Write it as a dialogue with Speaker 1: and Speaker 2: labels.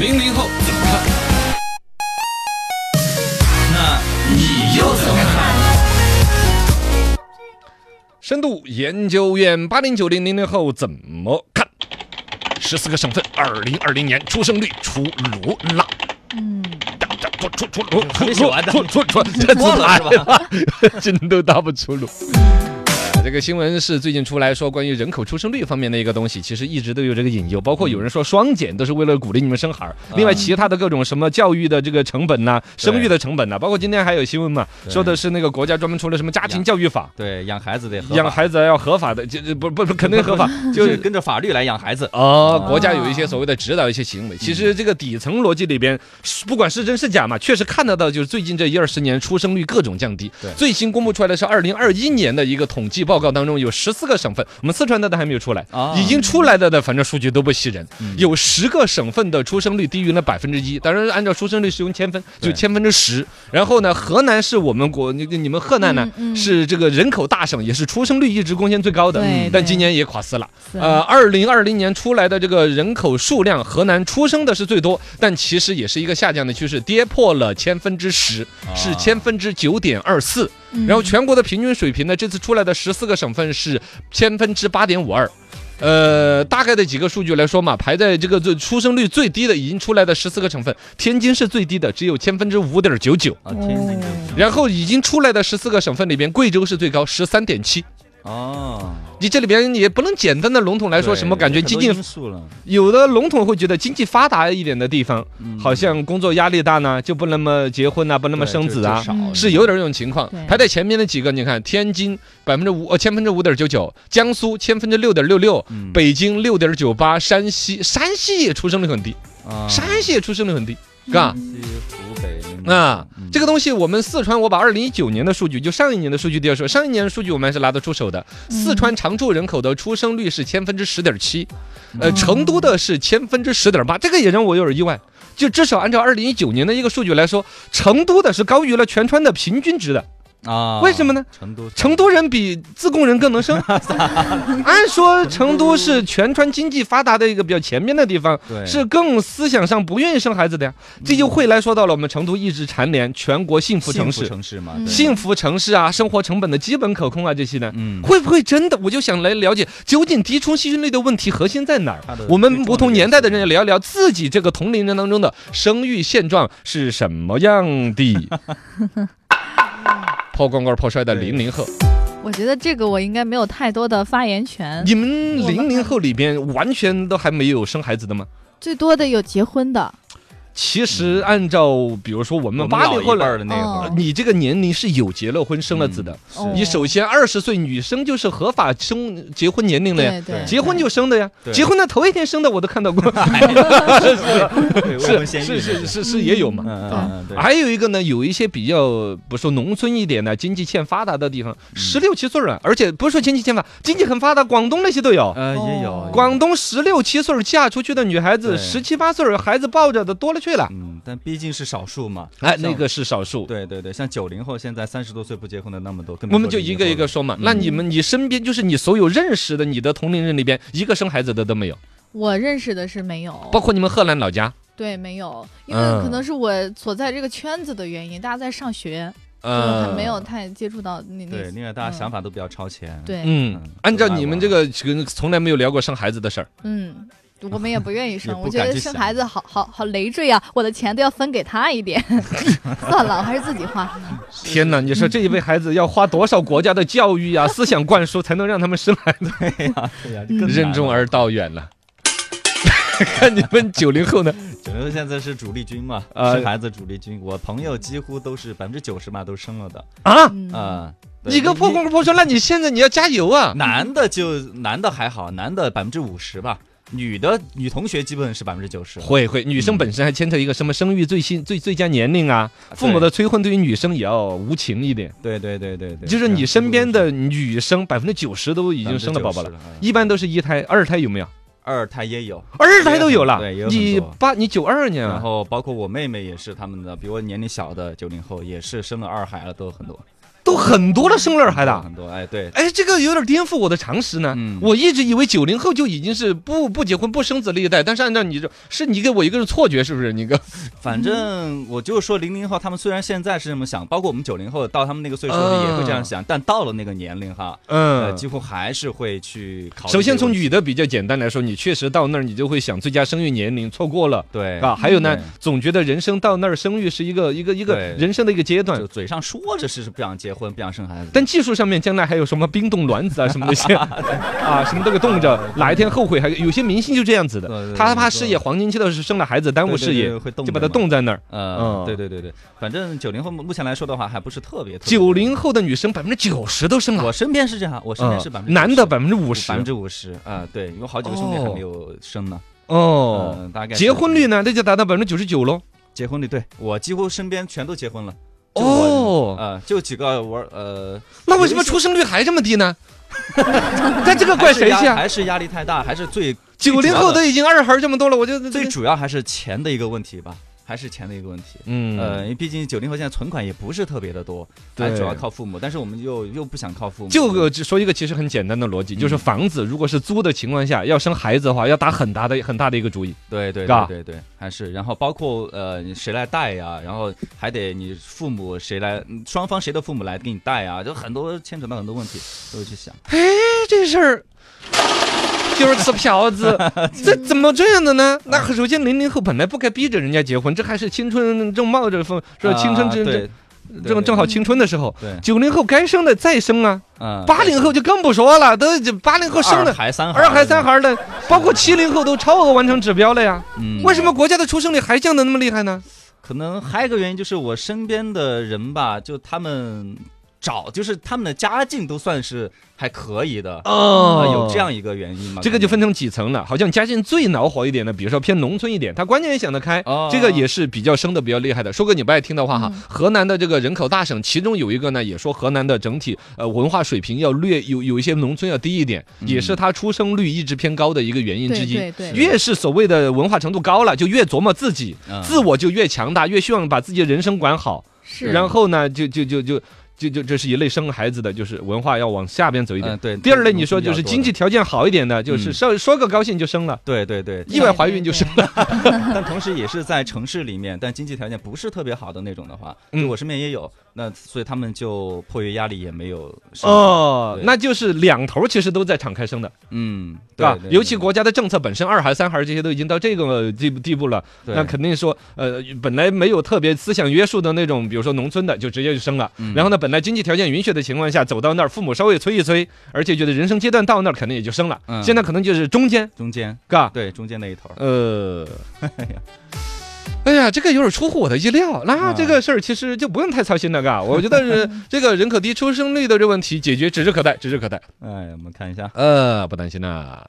Speaker 1: 零零后怎么看？那你又怎么看？
Speaker 2: 深度研究院八零九零零零后怎么看？十四个省份，二零二零年出生率出炉了。嗯，出出出炉，
Speaker 1: 还没写完呢
Speaker 2: 出出出，这
Speaker 1: 忘了是
Speaker 2: 吧？真都答不出炉。呃这个新闻是最近出来说关于人口出生率方面的一个东西，其实一直都有这个隐忧，包括有人说双减都是为了鼓励你们生孩儿，另外其他的各种什么教育的这个成本呐、生育的成本呐、包括今天还有新闻嘛，说的是那个国家专门出了什么家庭教育法，
Speaker 1: 对，养孩子得合法
Speaker 2: 养孩子要合法的，这这不不不肯定 合法，
Speaker 1: 就
Speaker 2: 就
Speaker 1: 是
Speaker 2: 是
Speaker 1: 跟着法律来养孩子。
Speaker 2: 哦，国家有一些所谓的指导一些
Speaker 1: 嗯
Speaker 2: 行为，其实这个底层逻辑里边，是不管是真是假嘛，确实看得到，就是最近这一二十年出生率各种降低
Speaker 1: 对。
Speaker 2: 最新公布出来的是二零二一年的一个统计报告当中，有十四个省份，我们四川的都还没有出来
Speaker 1: 啊，
Speaker 2: 已经出来的的，反正数据都不吸人，
Speaker 3: 嗯
Speaker 2: 有十个省份的出生率低于了百分之一，当然是按照出生率是用千分，就
Speaker 1: 对
Speaker 2: 千分之十。然后呢，河南是我们国，你你们河南呢
Speaker 3: 嗯嗯
Speaker 2: 是这个人口大省，也是出生率一直贡献最高的
Speaker 3: 对，
Speaker 2: 但
Speaker 3: 对
Speaker 2: 今年也垮死了。
Speaker 3: 是
Speaker 2: 呃，二零二零年出来的这个人口数量，河南出生的是最多，但其实也是一个下降的趋势，跌破了千分之十，
Speaker 1: 啊
Speaker 2: 是千分之九点二四。然后全国的平均水平呢，这次出来的十四个省份是千分之八点五二。呃，大概的几个数据来说嘛，排在这个最出生率最低的已经出来的十四个省份，天津是最低的，只有千分之五点九九。
Speaker 1: 啊，天津的
Speaker 2: 然后已经出来的十四个省份里边，贵州是最高，十三点七。
Speaker 1: 哦，
Speaker 2: 你这里边也不能简单的笼统来说什么，
Speaker 1: 对
Speaker 2: 感觉
Speaker 1: 有很
Speaker 2: 经
Speaker 1: 多
Speaker 2: 济
Speaker 1: 因素了，
Speaker 2: 有的笼统会觉得经济发达一点的地方，
Speaker 1: 嗯
Speaker 2: 好像工作压力大呢，就不那么结婚啊，不那么
Speaker 1: 对
Speaker 2: 生
Speaker 1: 就
Speaker 2: 子
Speaker 1: 就
Speaker 2: 啊。
Speaker 1: 少
Speaker 3: 嗯
Speaker 2: 是有点这种情况
Speaker 3: 对，
Speaker 2: 排在前面的几个，你看天津百分之五，呃，千分之五点九九，江苏千分之六点六六，
Speaker 1: 嗯
Speaker 2: 北京六点九八，山西山西也出生率很低，
Speaker 1: 啊嗯
Speaker 2: 山西也出生率很低，嘎、
Speaker 1: 西湖北云南
Speaker 2: 啊，
Speaker 1: 嗯
Speaker 2: 这个东西我们四川，我把二零一九年的数据，就上一年的数据第二说，上一年的数据我们还是拿得出手的。四川常住人口的出生率是千分之十点七，呃，
Speaker 3: 嗯
Speaker 2: 成都的是千分之十点八，这个也让我有点意外。就至少按照二零一九年的一个数据来说，成都的是高于了全川的平均值的。
Speaker 1: 啊，
Speaker 2: 为什么呢？
Speaker 1: 成都
Speaker 2: 成都人比自贡人更 能生，按说成都是全川经济发达的一个比较前面的地方，
Speaker 1: 对
Speaker 2: 是更思想上不愿意生孩子的呀。这就会来说到了我们成都一直蝉联全国幸福城
Speaker 1: 幸福
Speaker 2: 市、
Speaker 1: 城市嘛，
Speaker 3: 嗯
Speaker 1: 对
Speaker 2: 幸福城市啊，生活成本的基本可控啊这些呢。
Speaker 1: 嗯，
Speaker 2: 会不会真的？我就想来了解，究竟低出生率的问题核心在哪儿
Speaker 1: 它的？
Speaker 2: 我
Speaker 1: 最重
Speaker 2: 们
Speaker 1: 要的
Speaker 2: 不同年代的人
Speaker 1: 原
Speaker 2: 也聊一聊自己这个同龄人当中的生育现状是什么样的。破罐罐破摔的
Speaker 1: 对
Speaker 2: 零零后，
Speaker 3: 我觉得这个我应该没有太多的发言权，
Speaker 2: 你们
Speaker 3: 我
Speaker 2: 零
Speaker 3: 们
Speaker 2: 零后里边完全都还没有生孩子的吗？
Speaker 3: 最多的有结婚的，
Speaker 2: 其实按照比如说我
Speaker 1: 嗯我
Speaker 2: 们
Speaker 1: 们
Speaker 2: 八
Speaker 1: 八
Speaker 2: 零
Speaker 1: 零
Speaker 2: 后
Speaker 1: 后
Speaker 2: 了，
Speaker 1: 的那会儿嗯
Speaker 3: 哦
Speaker 2: 你这个年龄是有结了婚生了子的。
Speaker 3: 哦
Speaker 2: 你首先二十岁女生就是合法生结婚年龄了呀，
Speaker 3: 对对，
Speaker 2: 结婚就生的呀，
Speaker 1: 对
Speaker 2: 结婚的头一天生的我都看到过，
Speaker 1: 是未婚
Speaker 2: 是
Speaker 1: 先
Speaker 2: 是
Speaker 1: 孕那
Speaker 2: 是
Speaker 1: 种
Speaker 2: 是是也有嘛。
Speaker 1: 嗯
Speaker 3: 对
Speaker 1: 嗯嗯对，
Speaker 2: 还有一个呢，有一些比较不说农村一点的，经济欠发达的地方，十六七岁儿啊，而且不是说经济欠发，经济很发达，广东那些都有。
Speaker 1: 呃也有
Speaker 3: 哦
Speaker 2: 广东十六七岁儿嫁出去的女孩子，
Speaker 1: 对
Speaker 2: 十七八岁儿孩子抱着的多了去了。
Speaker 1: 嗯，但毕竟是少数嘛。
Speaker 2: 哎，
Speaker 1: 像
Speaker 2: 那个是少数。
Speaker 1: 对对对，像九零后现在三十多岁不结婚的那么多，更别
Speaker 2: 我们就
Speaker 1: 说
Speaker 2: 一个
Speaker 1: 00
Speaker 2: 一
Speaker 1: 后
Speaker 2: 个
Speaker 1: 了
Speaker 2: 说嘛。那你们，你身边就是你所有认识的你的同龄人里边，一个生孩子的都没有，
Speaker 3: 我认识的是没有，
Speaker 2: 包括你们河南老家。
Speaker 3: 对没有，因为
Speaker 2: 嗯
Speaker 3: 可能是我所在这个圈子的原因，大家在上学，
Speaker 2: 嗯，
Speaker 3: 还没有。太接触到那
Speaker 1: 对，
Speaker 3: 那
Speaker 1: 另外大家想
Speaker 3: 法，
Speaker 1: 法都比较超前。
Speaker 3: 嗯对，
Speaker 2: 嗯
Speaker 1: 嗯，
Speaker 2: 按照你们这个，这个从来没有聊过生孩子的事儿。
Speaker 3: 嗯，我们也不愿意生，
Speaker 1: 不
Speaker 3: 我觉
Speaker 1: 敢
Speaker 3: 得
Speaker 1: 去
Speaker 3: 生
Speaker 1: 想
Speaker 3: 孩子好好好累赘啊，我的钱都要分给他 一点，算了，我还是自己花。
Speaker 2: 天哪，你说这一位孩子要花多少国家的教育 啊、思想灌输，才能让他们生孩子？
Speaker 1: 对呀，就更
Speaker 2: 任重而道远了。 看你们九零后呢，
Speaker 1: 九零后现在是主力军嘛，
Speaker 2: 呃
Speaker 1: 生孩子主力军。我朋友几乎都是百分之九十吧，都生了的
Speaker 2: 啊，
Speaker 3: 嗯，
Speaker 1: 啊。对
Speaker 2: 你个破罐，子破摔，那你现在你要加油啊！
Speaker 1: 男的就男的还好，男的百分之五十吧，女的女同学基本是百分之九十。
Speaker 2: 会会，女生本身还牵扯一个什么生育最新最最佳年龄嗯啊，父母的催婚对于女生也要无情一点，
Speaker 1: 对对对对对，
Speaker 2: 就是你身边的女生百分之九十都已经生了宝宝了，
Speaker 1: 了，嗯
Speaker 2: 一般都是一胎，二胎有没有？
Speaker 1: 二胎也有，
Speaker 2: 二胎都有了
Speaker 1: 对也有，很
Speaker 2: 你
Speaker 1: 多
Speaker 2: 八你九二年
Speaker 1: 然
Speaker 2: 啊，
Speaker 1: 后包括我妹妹也是他们的，比我年龄小的九零后也是生了二孩了，都有很多。
Speaker 2: 都很多了，生了孩的。
Speaker 1: 很多哎，对，
Speaker 2: 哎，这个有点颠覆我的常识呢。
Speaker 1: 嗯
Speaker 2: 我一直以为九零后就已经是不不结婚不生子那一代，但是按照你这，是你给我一个错觉，是不是？你个
Speaker 1: 反正我就说零零后，他们虽然现在是这么想，包括我们九零后到他们那个岁数
Speaker 2: 嗯
Speaker 1: 也会这样想，但到了那个年龄哈，呃，
Speaker 2: 嗯
Speaker 1: 几。乎还是会去考虑这个问题。
Speaker 2: 首先从女的比较简单来说，你确实到那儿你就会想最佳生育年龄错过了。
Speaker 1: 对
Speaker 2: 啊，还有呢
Speaker 1: 对，
Speaker 2: 总觉得人生到那儿生育是一个一个一个
Speaker 1: 对
Speaker 2: 人生的一个阶段
Speaker 1: 就，嘴上说着是是不想结婚，不想生孩子，
Speaker 2: 嗯但技术上面将来还有什么冰冻卵子啊什么 那些啊，什么都给冻着，哪一天后悔还有些明星就这样子
Speaker 1: 对对
Speaker 2: 的，
Speaker 1: 对
Speaker 2: 他
Speaker 1: 没
Speaker 2: 怕
Speaker 1: 错
Speaker 2: 事业黄金期的时候生了孩子耽误
Speaker 1: 对对
Speaker 2: 事业
Speaker 1: 对，会冻
Speaker 2: 就把
Speaker 1: 着嘛
Speaker 2: 它冻在那儿。
Speaker 1: 呃
Speaker 2: 嗯，
Speaker 1: 对对对对，反正九零后目前来说的话，还不是特别特别
Speaker 2: 九，零后的女生百分之九十都生了，
Speaker 1: 我身边是这样，我身边是百分
Speaker 2: 嗯
Speaker 1: 之
Speaker 2: 男的百分之五十
Speaker 1: 百分之五十啊，对，有好几个兄弟还没有生呢，
Speaker 2: 哦。
Speaker 1: 嗯，大概是
Speaker 2: 结婚率呢，那就达到百分之九十九喽。
Speaker 1: 结婚率，对我几乎身边全都结婚了。就我
Speaker 2: 哦，
Speaker 1: 呃，就几个我呃，
Speaker 2: 那为什么
Speaker 1: 有一些
Speaker 2: 出生率还这么 低呢？但这个怪谁
Speaker 1: 还
Speaker 2: 去
Speaker 1: 是压
Speaker 2: 啊？
Speaker 1: 还是压力太大，还是最
Speaker 2: 九零后都已经二孩这么多了，我就
Speaker 1: 最主要还是钱的一个问题吧，还是钱的一个问题。
Speaker 2: 嗯
Speaker 1: 呃，因为毕竟九零后现在存款也不是特别的多，
Speaker 2: 对
Speaker 1: 还主要靠父母，但是我们又又不想靠父母，嗯
Speaker 2: 就个只说一个其实很简单的逻辑，就是房子如果是租的情况下，要生孩子的话，要打很大的很大的一个主意。
Speaker 1: 对对
Speaker 2: 嘎
Speaker 1: 对对对，还是然后包括呃你谁来带呀、然后还得你父母谁来，嗯双方谁的父母来给你带啊，就很多牵扯到很多问题都会去想。
Speaker 2: 哎，这事儿就是吃 票子，这怎么这样的呢？那首先零零后本来不该逼着人家结婚，这还是青春正茂着风，是吧青春
Speaker 1: 啊
Speaker 2: 正
Speaker 1: 对
Speaker 2: 正正正好青春的时候。
Speaker 1: 对，
Speaker 2: 九零后该生的再生啊，
Speaker 1: 嗯，
Speaker 2: 八零后就更不说了，都八零后生
Speaker 1: 二
Speaker 2: 的
Speaker 1: 孩三孩
Speaker 2: 二孩三，孩的，包括七零后都超额完成指标了呀。
Speaker 1: 嗯，
Speaker 2: 为什么国家的出生率还降得那么厉害呢？
Speaker 1: 可能还有一个原因就是我身边的人吧，就他们找，就是他们的家境都算是还可以的，
Speaker 2: 哦
Speaker 1: 啊有这样一个原因吗？
Speaker 2: 这个就分成几层了，好像家境最恼火一点的，比如说偏农村一点，他观念也想得开
Speaker 1: 哦，
Speaker 2: 这个也是比较生的比较厉害的。说个你不爱听的话哈
Speaker 3: 啊嗯，
Speaker 2: 河南的这个人口大省，其中有一个呢，也说河南的整体呃文化水平要略有有一些农村要低一点，
Speaker 1: 嗯
Speaker 2: 也是他出生率一直偏高的一个原因之
Speaker 3: 对
Speaker 2: 一。
Speaker 3: 对对，
Speaker 2: 越是所谓的文化程度高了，就越琢磨自己，
Speaker 1: 嗯
Speaker 2: 自我就越强大，越希望把自己的人生管好。
Speaker 3: 是
Speaker 2: 然后呢，就就就就就就这是一类生孩子的，就是文化要往下边走一点
Speaker 1: 嗯。对。
Speaker 2: 第二类，你说就是经济，条件好一点的，就是
Speaker 1: 嗯
Speaker 2: 说说个高兴就生了，
Speaker 1: 对对对，
Speaker 2: 意外怀孕就生了。
Speaker 1: 但同时也是在城市里面，但经济条件不是特别好的那种的话，
Speaker 2: 嗯
Speaker 1: 就我身边也有，那所以他们就迫于压力也没有生
Speaker 2: 哦
Speaker 1: 对，
Speaker 2: 那就是两头其实都在敞开生的，
Speaker 1: 嗯，对
Speaker 2: 吧？
Speaker 1: 对
Speaker 2: 啊尤其
Speaker 1: 对
Speaker 2: 国家的政策本身，二孩、三孩这些都已经到这个地步地步了，
Speaker 1: 对
Speaker 2: 那肯定说，呃，本来没有特别思想约束的那种，比如说农村的，就直接就生了。
Speaker 1: 嗯
Speaker 2: 然后呢，本来经济条件允许的情况下，走到那儿，父母稍微催一催，而且觉得人生阶段到那儿，肯定也就生了。
Speaker 1: 嗯
Speaker 2: 现在可能就是中间，
Speaker 1: 中间
Speaker 2: 嘎，
Speaker 1: 对中间那一头，嗯
Speaker 2: 呃，哎呀，这个有点出乎我的意料。那
Speaker 1: 啊
Speaker 2: 这个事儿其实就不用太操心了，嘎。我觉得 是这个人口低出生率的这问题解决指日可待，指日可待。
Speaker 1: 哎，我们看一下，
Speaker 2: 呃，不担心啦。